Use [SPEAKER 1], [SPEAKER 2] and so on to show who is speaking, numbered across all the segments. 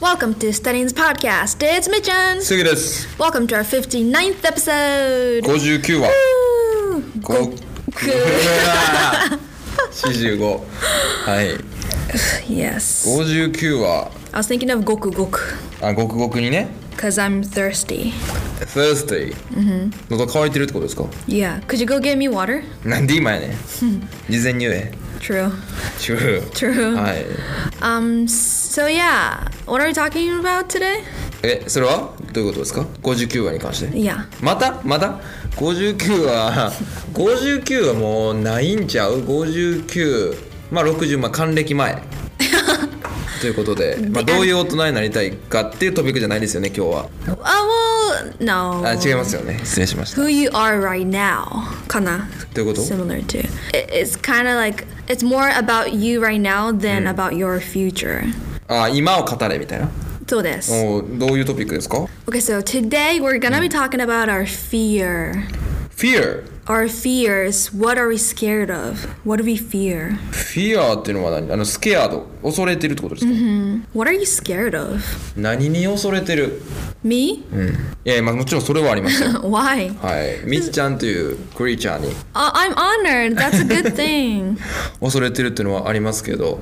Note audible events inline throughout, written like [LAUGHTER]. [SPEAKER 1] Welcome to Studying's podcast. It's Mitchan.
[SPEAKER 2] すぐです。
[SPEAKER 1] Welcome to our 59th episode.
[SPEAKER 2] 59話。
[SPEAKER 1] Woo!
[SPEAKER 2] ご四十五。はい。
[SPEAKER 1] yes.
[SPEAKER 2] 59話。
[SPEAKER 1] I was thinking of Goku Goku
[SPEAKER 2] あ、ごくごくにね。
[SPEAKER 1] because I'm thirsty.
[SPEAKER 2] Thursday。喉乾いてるってことですか。
[SPEAKER 1] Yeah. Could you go get me water?
[SPEAKER 2] なんで今やねん。事前に言え。
[SPEAKER 1] True.
[SPEAKER 2] True。
[SPEAKER 1] True.
[SPEAKER 2] はい。
[SPEAKER 1] Um. So yeah. What are we talking about today?
[SPEAKER 2] え、それはどういうことですか。59話に関して。
[SPEAKER 1] Yeah.
[SPEAKER 2] またまた ?59 [LAUGHS] は59はもうないんちゃう ?59 まあ60まあ還暦 [LAUGHS] 前ということで、まあ、どういう大人になりたいかっていうトピックじゃないですよね今日は
[SPEAKER 1] Oh Uh, well. No.
[SPEAKER 2] あ違いますよね失礼しました
[SPEAKER 1] Who you are right now. Kana.
[SPEAKER 2] ということ
[SPEAKER 1] Similar to. It, it's kind of like it's more about you right now than about your future.
[SPEAKER 2] あ今を語れみたいな
[SPEAKER 1] So this.
[SPEAKER 2] おどういうトピックですか
[SPEAKER 1] Okay, so today we're gonna
[SPEAKER 2] Mm.
[SPEAKER 1] be talking about our fear.
[SPEAKER 2] Fear
[SPEAKER 1] Our fears. What are we scared of? What do we fear?
[SPEAKER 2] Fear っていうのは何あのスケアード恐れてるってことですか、
[SPEAKER 1] What are you scared of?
[SPEAKER 2] 何に恐れてる
[SPEAKER 1] Me?
[SPEAKER 2] うんいやまあもちろんそれはありますよ
[SPEAKER 1] [LAUGHS] Why?
[SPEAKER 2] はいみっちゃんというクリーチャーに
[SPEAKER 1] Uh, I'm honored. That's a
[SPEAKER 2] [LAUGHS]
[SPEAKER 1] good thing.
[SPEAKER 2] 恐れてるっていうのはありますけど、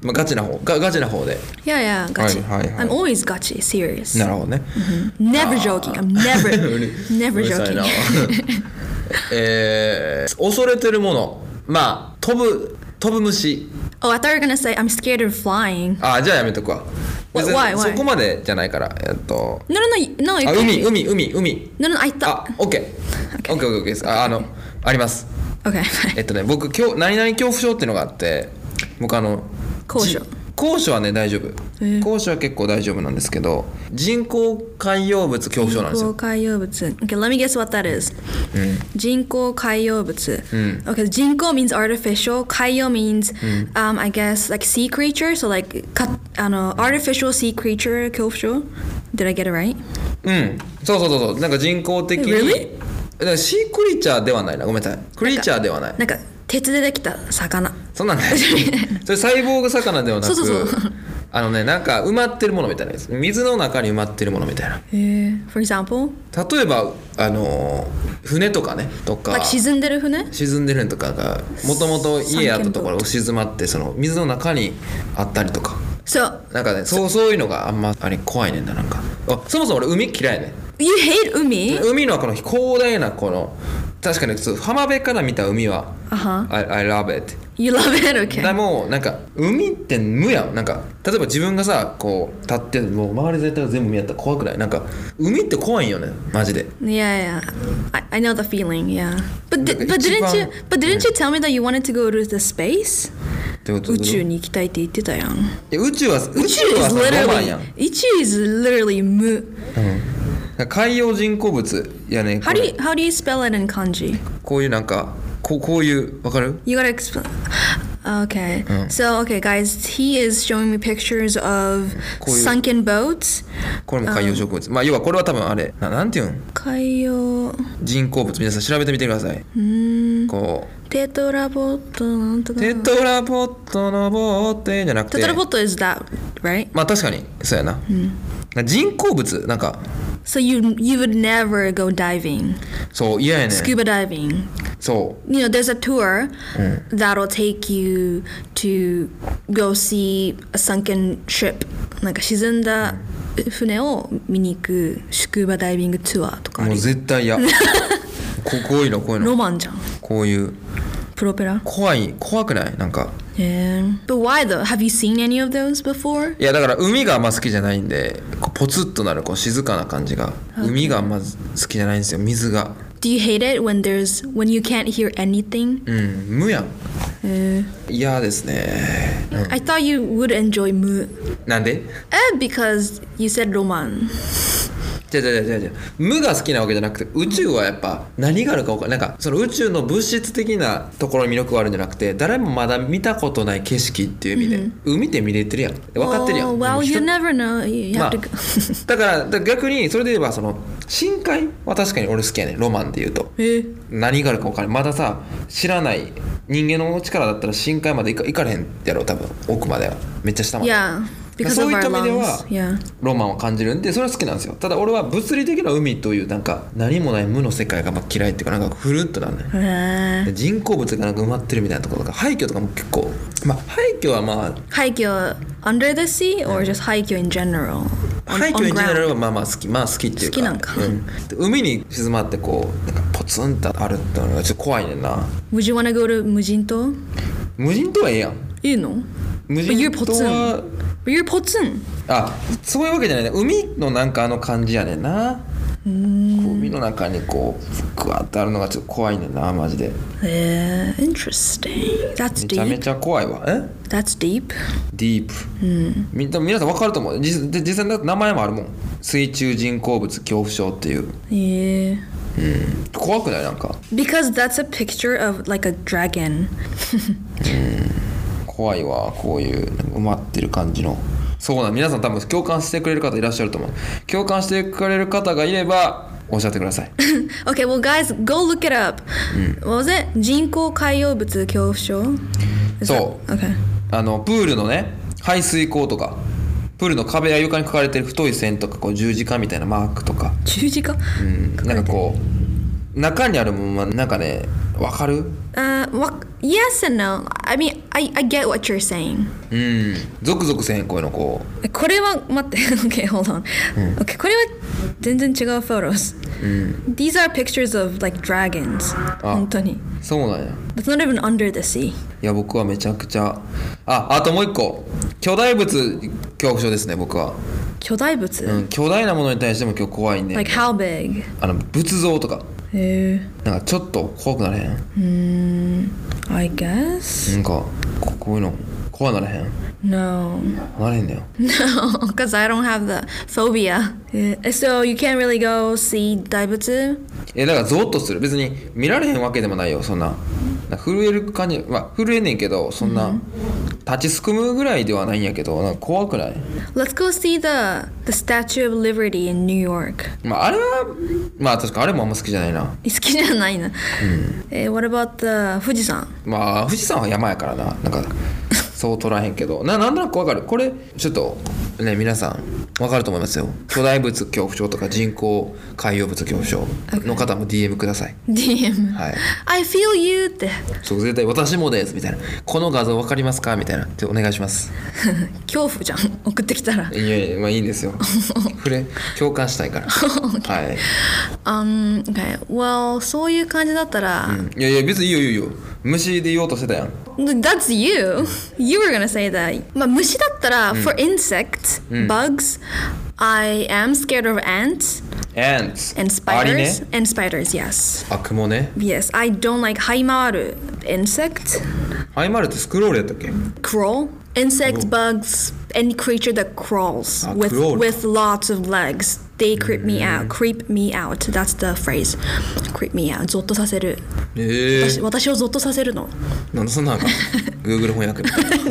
[SPEAKER 2] まあ、ガチな方ガガチな方で
[SPEAKER 1] Yeah, yeah, gotcha.
[SPEAKER 2] Hi, hi, Ah. hi.
[SPEAKER 1] I'm always gotcha, serious.
[SPEAKER 2] なるほ [LAUGHS] どね
[SPEAKER 1] Never joking. I'm
[SPEAKER 2] [LAUGHS]
[SPEAKER 1] never,
[SPEAKER 2] う
[SPEAKER 1] never
[SPEAKER 2] るさい
[SPEAKER 1] joking.
[SPEAKER 2] な [LAUGHS] えー、恐れてるものまあ飛ぶ飛ぶ虫
[SPEAKER 1] [LAUGHS] oh, I thought you were gonna say I'm scared of flying.
[SPEAKER 2] あじゃあやめとくわ
[SPEAKER 1] Why-
[SPEAKER 2] 全然
[SPEAKER 1] why?
[SPEAKER 2] そこまでじゃないからえっと
[SPEAKER 1] No, no, no, no.
[SPEAKER 2] あ
[SPEAKER 1] If
[SPEAKER 2] 海海海海
[SPEAKER 1] no, no, I thought.
[SPEAKER 2] あオッケーオッケーオッケーオッケーですああのあります Ah.
[SPEAKER 1] Okay, [LAUGHS] fine.
[SPEAKER 2] えっとね僕今日何々恐怖症っていうのがあって僕あの
[SPEAKER 1] 高所
[SPEAKER 2] じ高所はね大丈夫、
[SPEAKER 1] えー
[SPEAKER 2] 高所は結構大丈夫なんですけど人工海洋物恐怖症なんですよ
[SPEAKER 1] Okay, let me guess what that is. 人工海洋物. Okay, 人工 means artificial. 海洋 means, um, I guess, like sea creature. So like, かあの artificial sea creature 恐怖症 Did I get it right?
[SPEAKER 2] うんそうそうそうそうなんか人工的に
[SPEAKER 1] Really？
[SPEAKER 2] だからシークリーチャーではないなごめんなさいクリーチャーではない
[SPEAKER 1] なんか鉄でできた魚。
[SPEAKER 2] そんなんな
[SPEAKER 1] [LAUGHS]
[SPEAKER 2] いそれサイボーグ魚ではなく
[SPEAKER 1] そうそうそう
[SPEAKER 2] あのねなんか埋まってるものみたいなやつ水の中に埋まってるものみたいな
[SPEAKER 1] For example,
[SPEAKER 2] 例えばあのー船とかねとか
[SPEAKER 1] like 沈んでる船
[SPEAKER 2] 沈んでるのとかがもともと家あったところ沈まってその水の中にあったりとか
[SPEAKER 1] So
[SPEAKER 2] なんかねそうそういうのがあんまあれ怖いねんななんかあそもそも俺海嫌いね
[SPEAKER 1] you hate 海
[SPEAKER 2] 海のこの広大なこの確かにそう浜辺から見た海は
[SPEAKER 1] あは
[SPEAKER 2] I, I love it
[SPEAKER 1] You love it, okay?
[SPEAKER 2] でもなんか海って無やんなんか例えば自分がさこう立ってもう周り全体が全部見やったら怖くないなんか海って怖いんよねマジで
[SPEAKER 1] Yeah, yeah. I, I know the feeling. Yeah. But di-
[SPEAKER 2] Like,
[SPEAKER 1] but didn't you
[SPEAKER 2] 一番-
[SPEAKER 1] but didn't you tell me that you wanted to go to the space?
[SPEAKER 2] ってこと
[SPEAKER 1] 宇宙に行きたいって言ってたやん。
[SPEAKER 2] いや宇宙は宇宙はさロマンやん
[SPEAKER 1] literally 宇宙 is literally 無。
[SPEAKER 2] 海洋人工物やねこ
[SPEAKER 1] How do
[SPEAKER 2] れ
[SPEAKER 1] you how do you spell it in kanji?
[SPEAKER 2] こういうなんかこうこういうわかる
[SPEAKER 1] You gotta explain. Okay.
[SPEAKER 2] Mm.
[SPEAKER 1] So okay, guys, he is showing me pictures of
[SPEAKER 2] こういう-
[SPEAKER 1] sunken boats.
[SPEAKER 2] これも海洋植物まあ要はこれは多分あれななんていうん
[SPEAKER 1] 海洋
[SPEAKER 2] 人工物皆さん調べてみてくださいこ
[SPEAKER 1] テトラボットなんと
[SPEAKER 2] う
[SPEAKER 1] か。
[SPEAKER 2] テトラポットのボーテじゃなくて
[SPEAKER 1] テトラボット is that right?
[SPEAKER 2] まあ確かにそうやな、人工物なんか
[SPEAKER 1] So you you would never go diving,
[SPEAKER 2] そう嫌やねん
[SPEAKER 1] scuba diving.
[SPEAKER 2] そう
[SPEAKER 1] you know there's a tour that'll take you to go see a sunken ship なんか沈んだ船を見に行くスクーバダイビングツアーとかあ
[SPEAKER 2] もう
[SPEAKER 1] る
[SPEAKER 2] 絶
[SPEAKER 1] [LAUGHS]
[SPEAKER 2] 対嫌ここういうのこういう
[SPEAKER 1] ロ
[SPEAKER 2] の
[SPEAKER 1] マンじゃん
[SPEAKER 2] こういう
[SPEAKER 1] プロペラ
[SPEAKER 2] 怖い怖くないなんか
[SPEAKER 1] yeah. But why though? Have you seen any of those before?
[SPEAKER 2] いやだから海があんま好きじゃないんでこうポツッとなるこう静かな感じが海があんま好きじゃないんですよ水が
[SPEAKER 1] Do you hate it when there's when you can't hear anything?
[SPEAKER 2] うん無やん
[SPEAKER 1] Uh,
[SPEAKER 2] 嫌ですね
[SPEAKER 1] I thought you would enjoy mu
[SPEAKER 2] なんで
[SPEAKER 1] eh, because you said ロマン
[SPEAKER 2] じゃじゃじゃじゃじゃ無が好きなわけじゃなくて宇宙はやっぱ何があるか分かんないなんかその宇宙の物質的なところに魅力があるんじゃなくて誰もまだ見たことない景色っていう意味で、海って見れてるやん分かってるやん、
[SPEAKER 1] Oh, well
[SPEAKER 2] 人
[SPEAKER 1] you never know you have
[SPEAKER 2] まあ
[SPEAKER 1] to go
[SPEAKER 2] だからだから逆にそれで言えばその深海は確かに俺好きやねんロマンで言うと
[SPEAKER 1] [LAUGHS] eh.
[SPEAKER 2] 何があるか分からないまださ知らない人間の力だったら深海まで行か行かれへんやろ多分奥まではめっちゃ下まで
[SPEAKER 1] Yeah. because
[SPEAKER 2] そう
[SPEAKER 1] of
[SPEAKER 2] いっ
[SPEAKER 1] our
[SPEAKER 2] た意味
[SPEAKER 1] lungs.
[SPEAKER 2] では
[SPEAKER 1] Yeah.
[SPEAKER 2] ロマンを感じるんでそれは好きなんですよただ俺は物理的な海というなんか何もない無の世界がまあ嫌いっていうかなんかふるっとなんね
[SPEAKER 1] [LAUGHS] へー
[SPEAKER 2] 人工物がなんか埋まってるみたいなところとか廃墟とかも結構まあ廃墟はまあ
[SPEAKER 1] Haikyo under the sea or just haikyo in general? On,
[SPEAKER 2] 廃
[SPEAKER 1] on
[SPEAKER 2] 墟
[SPEAKER 1] ground?
[SPEAKER 2] になるはまあまあ好きまあ好きっていうか
[SPEAKER 1] 好きなんか
[SPEAKER 2] うんで海に静まってこうなんかポツンとあるってのがちょっと怖いねんな
[SPEAKER 1] Would you want to go to Mujinto?
[SPEAKER 2] 無人島はええやん
[SPEAKER 1] You know.
[SPEAKER 2] 無
[SPEAKER 1] But you're
[SPEAKER 2] 人島は
[SPEAKER 1] Potsun. But you're Potsun.
[SPEAKER 2] あそういうわけじゃないね海のなんかあの感じやねんなこう海の中にこうグワッとあるのがちょっと怖いねんなマジで
[SPEAKER 1] Yeah, interesting. That's
[SPEAKER 2] めちゃめ
[SPEAKER 1] deep.
[SPEAKER 2] ちゃ怖いわえ
[SPEAKER 1] That's deep.
[SPEAKER 2] ディープ、みんな皆さん分かると思う実で実際だって名前もあるもん水中人工物恐怖症っていう
[SPEAKER 1] Yeah.
[SPEAKER 2] 怖くないなんか
[SPEAKER 1] Because that's a picture of like a dragon. [LAUGHS]
[SPEAKER 2] 怖いわこういうなんか埋まってる感じのそうなん皆さん多分共感してくれる方いらっしゃると思う共感してくれる方がいればおっしゃってくだ [LAUGHS] さい
[SPEAKER 1] okay, well, guys, go look it up. What was it? 人工海洋物恐怖症 Is
[SPEAKER 2] そう
[SPEAKER 1] that- Okay. [LAUGHS]
[SPEAKER 2] あのプールのね排水口とかプールの壁や床に書かれてる太い線とかこう十字架みたいなマークとか、
[SPEAKER 1] 十字架
[SPEAKER 2] うん、なんかこう中にあるもんはなんかね分かる
[SPEAKER 1] Uh, what? Yes and no. I mean, I, I get what you're saying.
[SPEAKER 2] うんゾクゾクせんこういうのこう
[SPEAKER 1] [LAUGHS] これは待って [LAUGHS] okay hold on、okay これは全然違う photos、these are pictures of like dragons 本当に
[SPEAKER 2] そうなんや
[SPEAKER 1] that's not even under the sea
[SPEAKER 2] いや僕はめちゃくちゃああともう一個巨大物恐怖症ですね僕は、
[SPEAKER 1] 巨大物、
[SPEAKER 2] うん、巨大なものに対しても今日怖いんで、
[SPEAKER 1] like how big Eh,
[SPEAKER 2] あの仏像とか
[SPEAKER 1] へ
[SPEAKER 2] なんかちょっと怖くなれへん
[SPEAKER 1] えうーん I guess
[SPEAKER 2] なんかここういうの怖なれへん
[SPEAKER 1] no [LAUGHS]
[SPEAKER 2] なれへんだよ
[SPEAKER 1] no because I don't have the phobia、Yeah. so you can't really go see 大仏
[SPEAKER 2] えだからゾッとする別に見られへんわけでもないよそんななんか震える感じまあ震えんねんけどそんな、立ちすくむぐらいではないんやけどなんか怖くない
[SPEAKER 1] let's go see the the Statue of Liberty in New York
[SPEAKER 2] まああれはまあ確かあれもあんま好きじゃないな
[SPEAKER 1] 好きじゃないな、えー what about the 富士 [LAUGHS] 山
[SPEAKER 2] まあ富士山は山やからななんかそう取らへんけどななんとなくわかるこれちょっとね皆さんわかると思いますよ巨大物恐怖症とか人工海洋物恐怖症の方も DM ください
[SPEAKER 1] DM
[SPEAKER 2] はい
[SPEAKER 1] I feel you って
[SPEAKER 2] そう絶対私もですみたいなこの画像わかりますかみたいなってお願いします
[SPEAKER 1] 恐怖じゃん送ってきたら
[SPEAKER 2] いやいやまあいい
[SPEAKER 1] [LAUGHS]
[SPEAKER 2] んですよ触れ共感したいからはい、
[SPEAKER 1] Um, okay well そういう感じだったら、
[SPEAKER 2] うんいやいや別にいいよいいよいいよ虫で言おうとしてたやん
[SPEAKER 1] That's you you were gonna say that まあ虫だったら、for insects、bugs I am scared of ants
[SPEAKER 2] Ants
[SPEAKER 1] and
[SPEAKER 2] アリ
[SPEAKER 1] spiders
[SPEAKER 2] ね
[SPEAKER 1] and spiders yes
[SPEAKER 2] あクモね
[SPEAKER 1] yes I don't like 這い回る insect
[SPEAKER 2] ハイマルってスクロールやったっけ
[SPEAKER 1] crawl insect bugs any creature that crawls
[SPEAKER 2] あ
[SPEAKER 1] with
[SPEAKER 2] クロール。
[SPEAKER 1] with lots of legs they creep me out creep me out that's the phrase creep me out ゾッとさせる
[SPEAKER 2] Eh. え
[SPEAKER 1] 私
[SPEAKER 2] え
[SPEAKER 1] 私をゾッとさせるの
[SPEAKER 2] なんでそんなんか Google 翻訳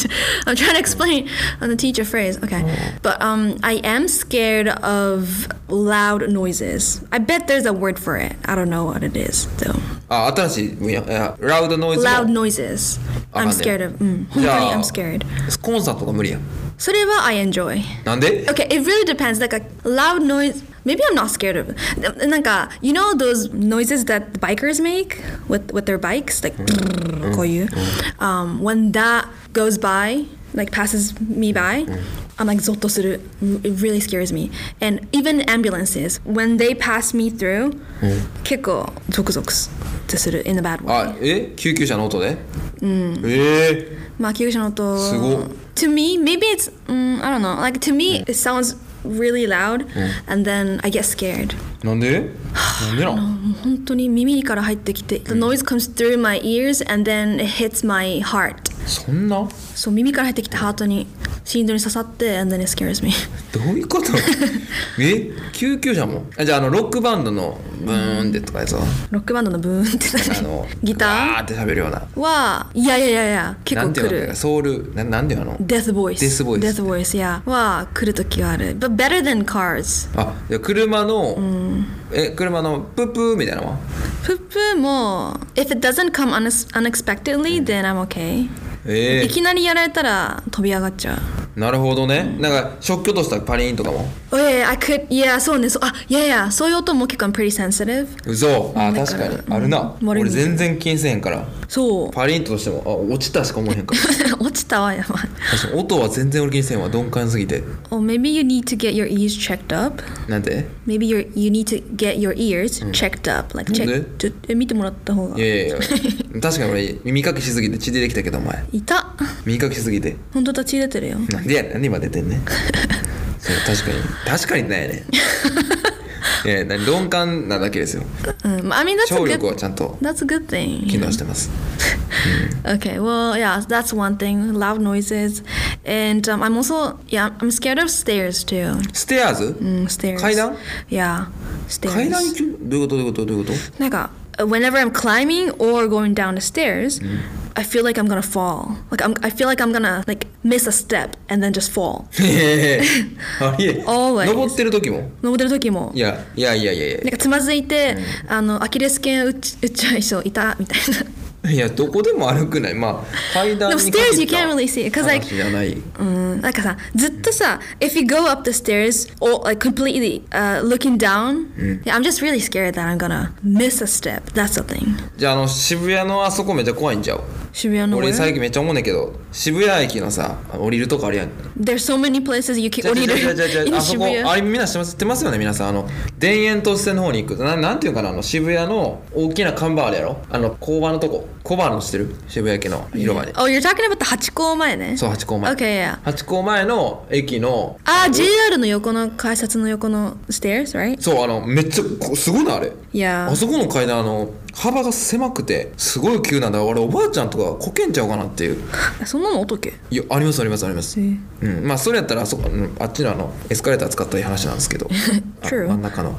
[SPEAKER 1] [LAUGHS] I'm trying to explain on the teacher phrase okay but um I am scared of loud noises I bet there's a word for it I don't know what it is though
[SPEAKER 2] あ新しい分野いやラウドノイズ
[SPEAKER 1] loud noises
[SPEAKER 2] あかん
[SPEAKER 1] I'm
[SPEAKER 2] ね
[SPEAKER 1] scared of うん本当に
[SPEAKER 2] じゃあ
[SPEAKER 1] I'm scared
[SPEAKER 2] コンサートが無理やん
[SPEAKER 1] それは I enjoy
[SPEAKER 2] なんで
[SPEAKER 1] Okay, it really depends. Like a loud noise. Maybe I'm not scared of. Nanka, you know those noises that the bikers make with with their bikes, like koyu. Um, when that goes by, like passes me by, I'm like zotto suru. Mm, It really scares me. And even ambulances, when they pass me through, kiko zokuzoku suru in a bad way.
[SPEAKER 2] あえ救急車の音でうんええすごっ。
[SPEAKER 1] To me, maybe it's mm, I don't know. Like to me, it sounds really loud, and then I get scared.
[SPEAKER 2] なんでなんでなん
[SPEAKER 1] もう本当に耳から入ってきて、The
[SPEAKER 2] Mm.
[SPEAKER 1] noise comes through my ears and then it hits my heart.
[SPEAKER 2] そんな
[SPEAKER 1] So 耳から入ってきてハートに心臓に刺さって and then it scares me. [LAUGHS]
[SPEAKER 2] どういうことえ救急車もあじゃああのロックバンドのブーンってとかやつは
[SPEAKER 1] [LAUGHS]
[SPEAKER 2] [LAUGHS] あのわーって喋るようななんていうのなんかソウルななんていうの
[SPEAKER 1] Death voice.
[SPEAKER 2] Death voice。
[SPEAKER 1] Death voice, yeah. は来る時はある。But better than cars.
[SPEAKER 2] あじゃあ車のえ車のプープーみたいなのは
[SPEAKER 1] プップも if it doesn't come unex- unexpectedly then I'm okay、
[SPEAKER 2] ええ
[SPEAKER 1] いきなりやられたら飛び上がっちゃう
[SPEAKER 2] なるほどね、なんか食器としたパリーンとかも
[SPEAKER 1] Oh yeah, yeah, I could. Yeah, そうね。そうあ、yeah, yeah. そういう音も結構 I'm pretty sensitive.
[SPEAKER 2] うそあ
[SPEAKER 1] だ
[SPEAKER 2] 確
[SPEAKER 1] から
[SPEAKER 2] かにあるな
[SPEAKER 1] うん悪い
[SPEAKER 2] 俺
[SPEAKER 1] んですよ
[SPEAKER 2] 全然気にせえへんから [LAUGHS]
[SPEAKER 1] そう。
[SPEAKER 2] パリーンとしてもあ落ちたしか思
[SPEAKER 1] [LAUGHS]
[SPEAKER 2] えへんから
[SPEAKER 1] 落ちたわやばい。
[SPEAKER 2] 確かに音は全然俺気にせえへんわ鈍感すぎて
[SPEAKER 1] Or Oh, maybe you need to get your ears checked up.
[SPEAKER 2] なんて
[SPEAKER 1] Maybe you you need to get your ears checked up. Like
[SPEAKER 2] な
[SPEAKER 1] check.
[SPEAKER 2] んで
[SPEAKER 1] ちょえ見てもらった方が
[SPEAKER 2] い。やいやいや確かに俺耳かきしすぎて血出てきたけどお前
[SPEAKER 1] いた。
[SPEAKER 2] 耳かきしすぎて
[SPEAKER 1] 本当だ血出てるよ。
[SPEAKER 2] なんでやねんなんで今出てん
[SPEAKER 1] [LAUGHS]
[SPEAKER 2] ねんそう確かに確かになんやね
[SPEAKER 1] [LAUGHS]
[SPEAKER 2] んいやいや何鈍感なだけですよ
[SPEAKER 1] うん。まあ I mean that's a
[SPEAKER 2] 聴
[SPEAKER 1] good.
[SPEAKER 2] 力はちゃんと
[SPEAKER 1] That's a good thing.
[SPEAKER 2] 機能してます、
[SPEAKER 1] Okay, well, yeah, that's one thing. Loud noises, and um, I'm also yeah, I'm scared of stairs too.
[SPEAKER 2] ステアーズ、
[SPEAKER 1] Mm, stairs.
[SPEAKER 2] 階段
[SPEAKER 1] Yeah, stairs.
[SPEAKER 2] 階段行くどういうことどういうことどういうこと
[SPEAKER 1] Like, uh, whenever I'm climbing or going down the stairs, I feel like I'm gonna fall. Like I'm, I feel like I'm gonna like miss a step and then just fall.
[SPEAKER 2] へへへありえ
[SPEAKER 1] Always
[SPEAKER 2] 登ってる時も
[SPEAKER 1] 登ってる時も
[SPEAKER 2] いやいやいやいやい
[SPEAKER 1] なんかつまずいて、あのアキレス腱打ち打っちゃいそうい [LAUGHS] たみたい
[SPEAKER 2] やいやどこでも歩くないまあ階
[SPEAKER 1] な。
[SPEAKER 2] 段
[SPEAKER 1] でも
[SPEAKER 2] に
[SPEAKER 1] stairs
[SPEAKER 2] 限った
[SPEAKER 1] you can't really see because like
[SPEAKER 2] 話じゃない
[SPEAKER 1] うん、なんかさずっとさ、if you go up the stairs or like completely、uh, looking down、yeah, I'm just really scared that I'm gonna miss a step. That's the thing.
[SPEAKER 2] じゃああの渋谷のあそこめっちゃ怖いんちゃう
[SPEAKER 1] 渋谷の
[SPEAKER 2] 俺
[SPEAKER 1] where?
[SPEAKER 2] 最近めっちゃ思うねんけど渋谷駅のさ降りるとこあるやん
[SPEAKER 1] There's so many places [LAUGHS] you can 降りる。
[SPEAKER 2] じゃじゃじゃじゃ
[SPEAKER 1] in
[SPEAKER 2] あそ
[SPEAKER 1] 渋
[SPEAKER 2] こ
[SPEAKER 1] 谷
[SPEAKER 2] あれみんな知ってます知ってますよね皆さんあの田園都市線の方に行くななんていうかなあの渋谷の大きな看板あるやろあの工場のとこ小バのしてる渋谷駅の広場に
[SPEAKER 1] Oh, you're talking about the ハチ公前ね。
[SPEAKER 2] そう八甲前
[SPEAKER 1] Okay, yeah.
[SPEAKER 2] 八甲前の駅の
[SPEAKER 1] あー、JR の横の改札の横の stairs, right?
[SPEAKER 2] そうあのめっちゃこすごいなあれ
[SPEAKER 1] Yeah.
[SPEAKER 2] あそこの階段あの幅が狭くてすごい急なんだ俺おばあちゃんとかこけんちゃうかなっていう
[SPEAKER 1] そんなの音け
[SPEAKER 2] いやありますありますあります
[SPEAKER 1] へえ
[SPEAKER 2] うん、まあそれやったらあそこ、うんあっちのあのエスカレーター使ったらいい話なんですけど
[SPEAKER 1] [LAUGHS]
[SPEAKER 2] あ
[SPEAKER 1] True
[SPEAKER 2] 真ん中の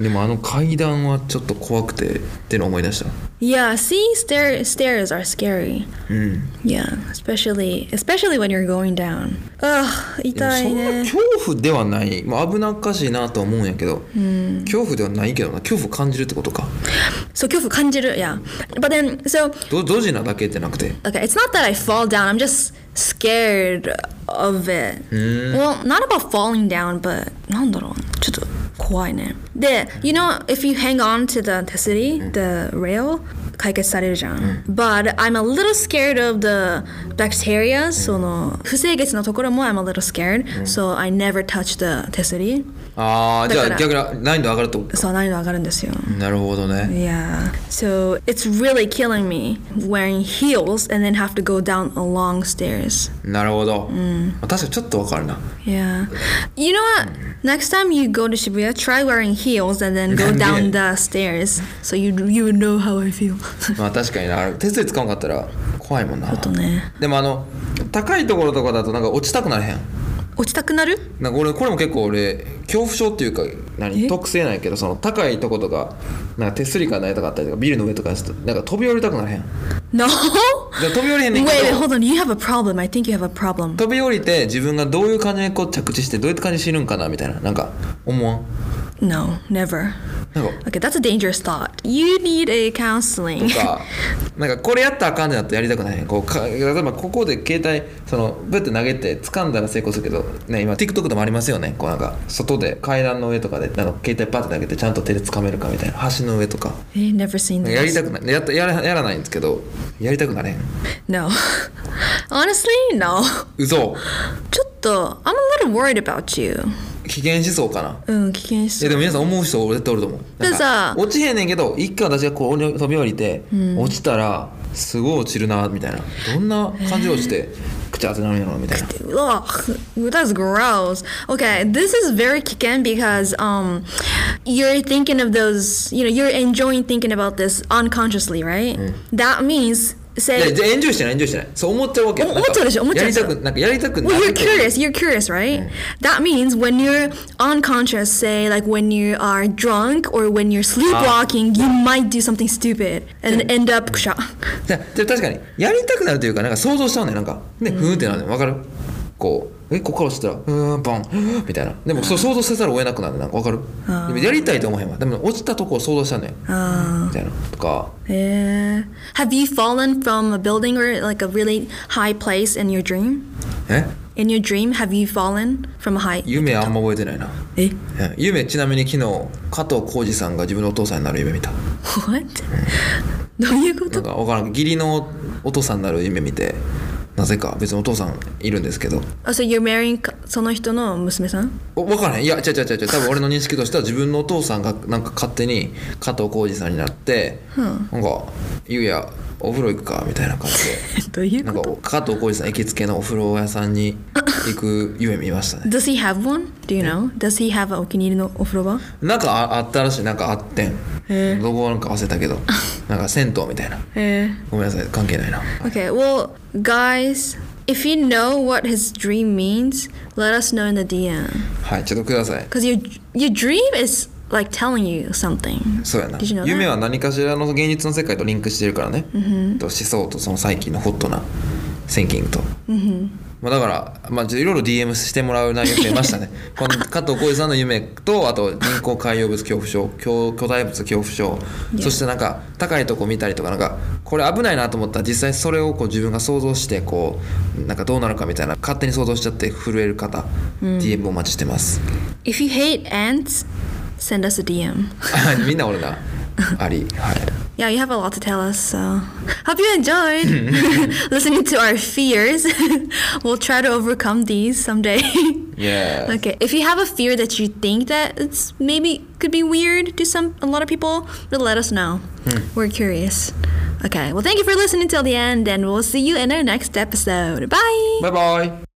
[SPEAKER 2] でもあの階段はちょっと怖くてっていうのを思い出した
[SPEAKER 1] Yeah, see, stair, stairs are scary.
[SPEAKER 2] うん
[SPEAKER 1] Yeah, especially, especially when you're going down. Ugh,
[SPEAKER 2] でも
[SPEAKER 1] 痛
[SPEAKER 2] そ
[SPEAKER 1] い
[SPEAKER 2] んな
[SPEAKER 1] ね。
[SPEAKER 2] 恐怖ではない、まあ、危なっかしいなとは思うんやけど、恐怖ではないけどな恐怖感じるってことか
[SPEAKER 1] So 恐怖感じる Yeah. But then, so,
[SPEAKER 2] どドジなだけじゃなくて
[SPEAKER 1] okay, it's not that I fall down. I'm just scared of it. Well, not about falling down, but なんだろう。ちょっと怖いね。で、you know, if you hang on to the, the city, the rail, 解決されるじゃん。But I'm a little scared of the bacteria. その不清潔なところも I'm a little scared. So I never touch the, the city.
[SPEAKER 2] ああじゃあ
[SPEAKER 1] だ
[SPEAKER 2] 逆
[SPEAKER 1] か
[SPEAKER 2] に難易度上がるってこと
[SPEAKER 1] そう、難易度上がるんですよ。
[SPEAKER 2] なるほどね
[SPEAKER 1] Yeah. So it's really killing me wearing heels and then have to go down a long stairs.
[SPEAKER 2] なるほど、まあ確かにちょっとわかるな
[SPEAKER 1] Yeah. You know what? Next time you go to Shibuya, try wearing heels and then go
[SPEAKER 2] Yeah.
[SPEAKER 1] down the stairs so you you would know how I feel. [LAUGHS]
[SPEAKER 2] まあ確かになあれ手すり使わんかったら怖いもんな
[SPEAKER 1] とね。
[SPEAKER 2] でもあの高いところとかだとなんか落ちたくなれへん
[SPEAKER 1] 落ちたくなる
[SPEAKER 2] なんか俺これも結構俺恐怖症っていうか何
[SPEAKER 1] え
[SPEAKER 2] 特性なんやけどその高いとことかなんか手すりがないとかあったりとかビルの上とかちょっとなんか飛び降りたくなれへん
[SPEAKER 1] No? [LAUGHS]
[SPEAKER 2] じゃ飛び降りへんね
[SPEAKER 1] Wait,
[SPEAKER 2] んけ
[SPEAKER 1] wait,
[SPEAKER 2] ど
[SPEAKER 1] hold on. You have a problem. I think you have a problem.
[SPEAKER 2] 飛び降りて自分がどういう感じでこう着地してどういう感じで死ぬんかなみたいななんか思わん
[SPEAKER 1] No, never.
[SPEAKER 2] なんか
[SPEAKER 1] Okay, that's a dangerous thought. You need a counseling.
[SPEAKER 2] かなんかこれやったらあかんってなってやりたくないねこうか例えばここで携帯そのブッて投げて掴んだら成功するけど、ね、今 TikTok でもありますよねこうなんか外で階段の上とかでなんか携帯パッて投げてちゃんと手で掴めるかみたいな橋の上とか
[SPEAKER 1] Eh, [LAUGHS] never seen
[SPEAKER 2] やり
[SPEAKER 1] this.
[SPEAKER 2] たくないやったやらやらないんですけどやりたくなれん
[SPEAKER 1] No. [LAUGHS] Honestly, no.
[SPEAKER 2] 嘘
[SPEAKER 1] ちょっと、I'm uh, a little worried about you. Oh,
[SPEAKER 2] 危険思想かな
[SPEAKER 1] うん、危険
[SPEAKER 2] いや
[SPEAKER 1] し
[SPEAKER 2] でも皆さん思う人絶対おると思うなんか
[SPEAKER 1] でさ
[SPEAKER 2] 落ちへんねんけど一回私がこう飛び降りて、落ちたらすごい落ちるなみたいなどんな感じで落ちてくちゃってなるんやろみたいな
[SPEAKER 1] Ugh, that's gross. Okay, this is very kicken because um, you're thinking of those, you know, you're enjoying thinking about this unconsciously, right? That means,
[SPEAKER 2] いや
[SPEAKER 1] say,
[SPEAKER 2] じゃあエンジョイしてないエンジョイしてないそう思っちゃうわけよ
[SPEAKER 1] お
[SPEAKER 2] なんか
[SPEAKER 1] 思っちゃうでしょ思っちゃうで
[SPEAKER 2] やり
[SPEAKER 1] しょ
[SPEAKER 2] たくなんかやりたくな
[SPEAKER 1] well,
[SPEAKER 2] い
[SPEAKER 1] you're curious, you're curious, right? That means when you're unconscious, say, like when you are drunk or when you're sleepwalking, you might do something stupid and end up.
[SPEAKER 2] じゃあで確かにやりたくなるというかなんか想像しちゃうねなんかねふーんってなるねわかるこうえここから落ちたらうーんボンうーんみたいなでもそう想像せざるを得なくなるねなんかわかるでもやりたいと思えへんわでも落ちたとこを想像しちゃうねみたいなとか
[SPEAKER 1] Yeah. Have you fallen from a building or like a really high place in your dream?
[SPEAKER 2] え
[SPEAKER 1] In your dream, have you fallen from a Eh, height?
[SPEAKER 2] 夢あんま覚えてないな
[SPEAKER 1] え
[SPEAKER 2] うん夢ちなみに昨日加藤浩次さんが自分のお父さんになる夢見た
[SPEAKER 1] What? [LAUGHS] どういうこ
[SPEAKER 2] な
[SPEAKER 1] と
[SPEAKER 2] んか分からん義理のお父さんになる夢見てなぜか別にお父さんいるんですけど
[SPEAKER 1] あ、そう、you're Oh, marrying かその人の娘さ [LAUGHS] ん
[SPEAKER 2] お分からへんいや違う違う違う多分俺の認識としては自分のお父さんがなんか勝手に加藤浩次さんになって、なんか「ゆうやお風呂行くか」みたいな感じで。
[SPEAKER 1] どういう
[SPEAKER 2] なん
[SPEAKER 1] こ
[SPEAKER 2] か
[SPEAKER 1] と
[SPEAKER 2] 加藤浩次さん行きつけのお風呂屋さんに行く夢見ましたね
[SPEAKER 1] Does he have one? Do you know? Does he have a お気に入りのお風呂場
[SPEAKER 2] なんかああったらしいなんかあって
[SPEAKER 1] へ
[SPEAKER 2] んどこなんか忘れたけどなんか銭湯みたいな
[SPEAKER 1] え
[SPEAKER 2] ごめんなさい関係ないな
[SPEAKER 1] Okay, well, guys, if you know what his dream means, let us know in the DM.
[SPEAKER 2] はいちょっとください
[SPEAKER 1] Because your, your dream is like telling you something.
[SPEAKER 2] そうやな
[SPEAKER 1] Did you know that?
[SPEAKER 2] 夢は何かしらの現実の世界とリンクしてるからね、と思想とその最近のホットなセンキングと、まあ、だから、まあ、ちょっといろいろ DM してもらう内容増えましたねこの加藤浩次さんの夢とあと人工海洋物恐怖症巨巨大物恐怖症そしてなんか高いとこ見たりとかなんかこれ危ないなと思ったら実際それをこう自分が想像してこうなんかどうなるかみたいな勝手に想像しちゃって震える方、DM お待ちしてます [LAUGHS]
[SPEAKER 1] If you hate ants, send us a DM.
[SPEAKER 2] みんな俺なありはい
[SPEAKER 1] [LAUGHS] Yeah, you have a lot to tell us, so hope you enjoyed [LAUGHS] listening to our fears. [LAUGHS] we'll try to overcome these someday. [LAUGHS]
[SPEAKER 2] Yeah.
[SPEAKER 1] Okay, if you have a fear that you think that it's maybe could be weird to some a lot of people, then let us know. We're curious. Okay, well, thank you for listening till the end, and we'll see you in our next episode. Bye.
[SPEAKER 2] バイバイ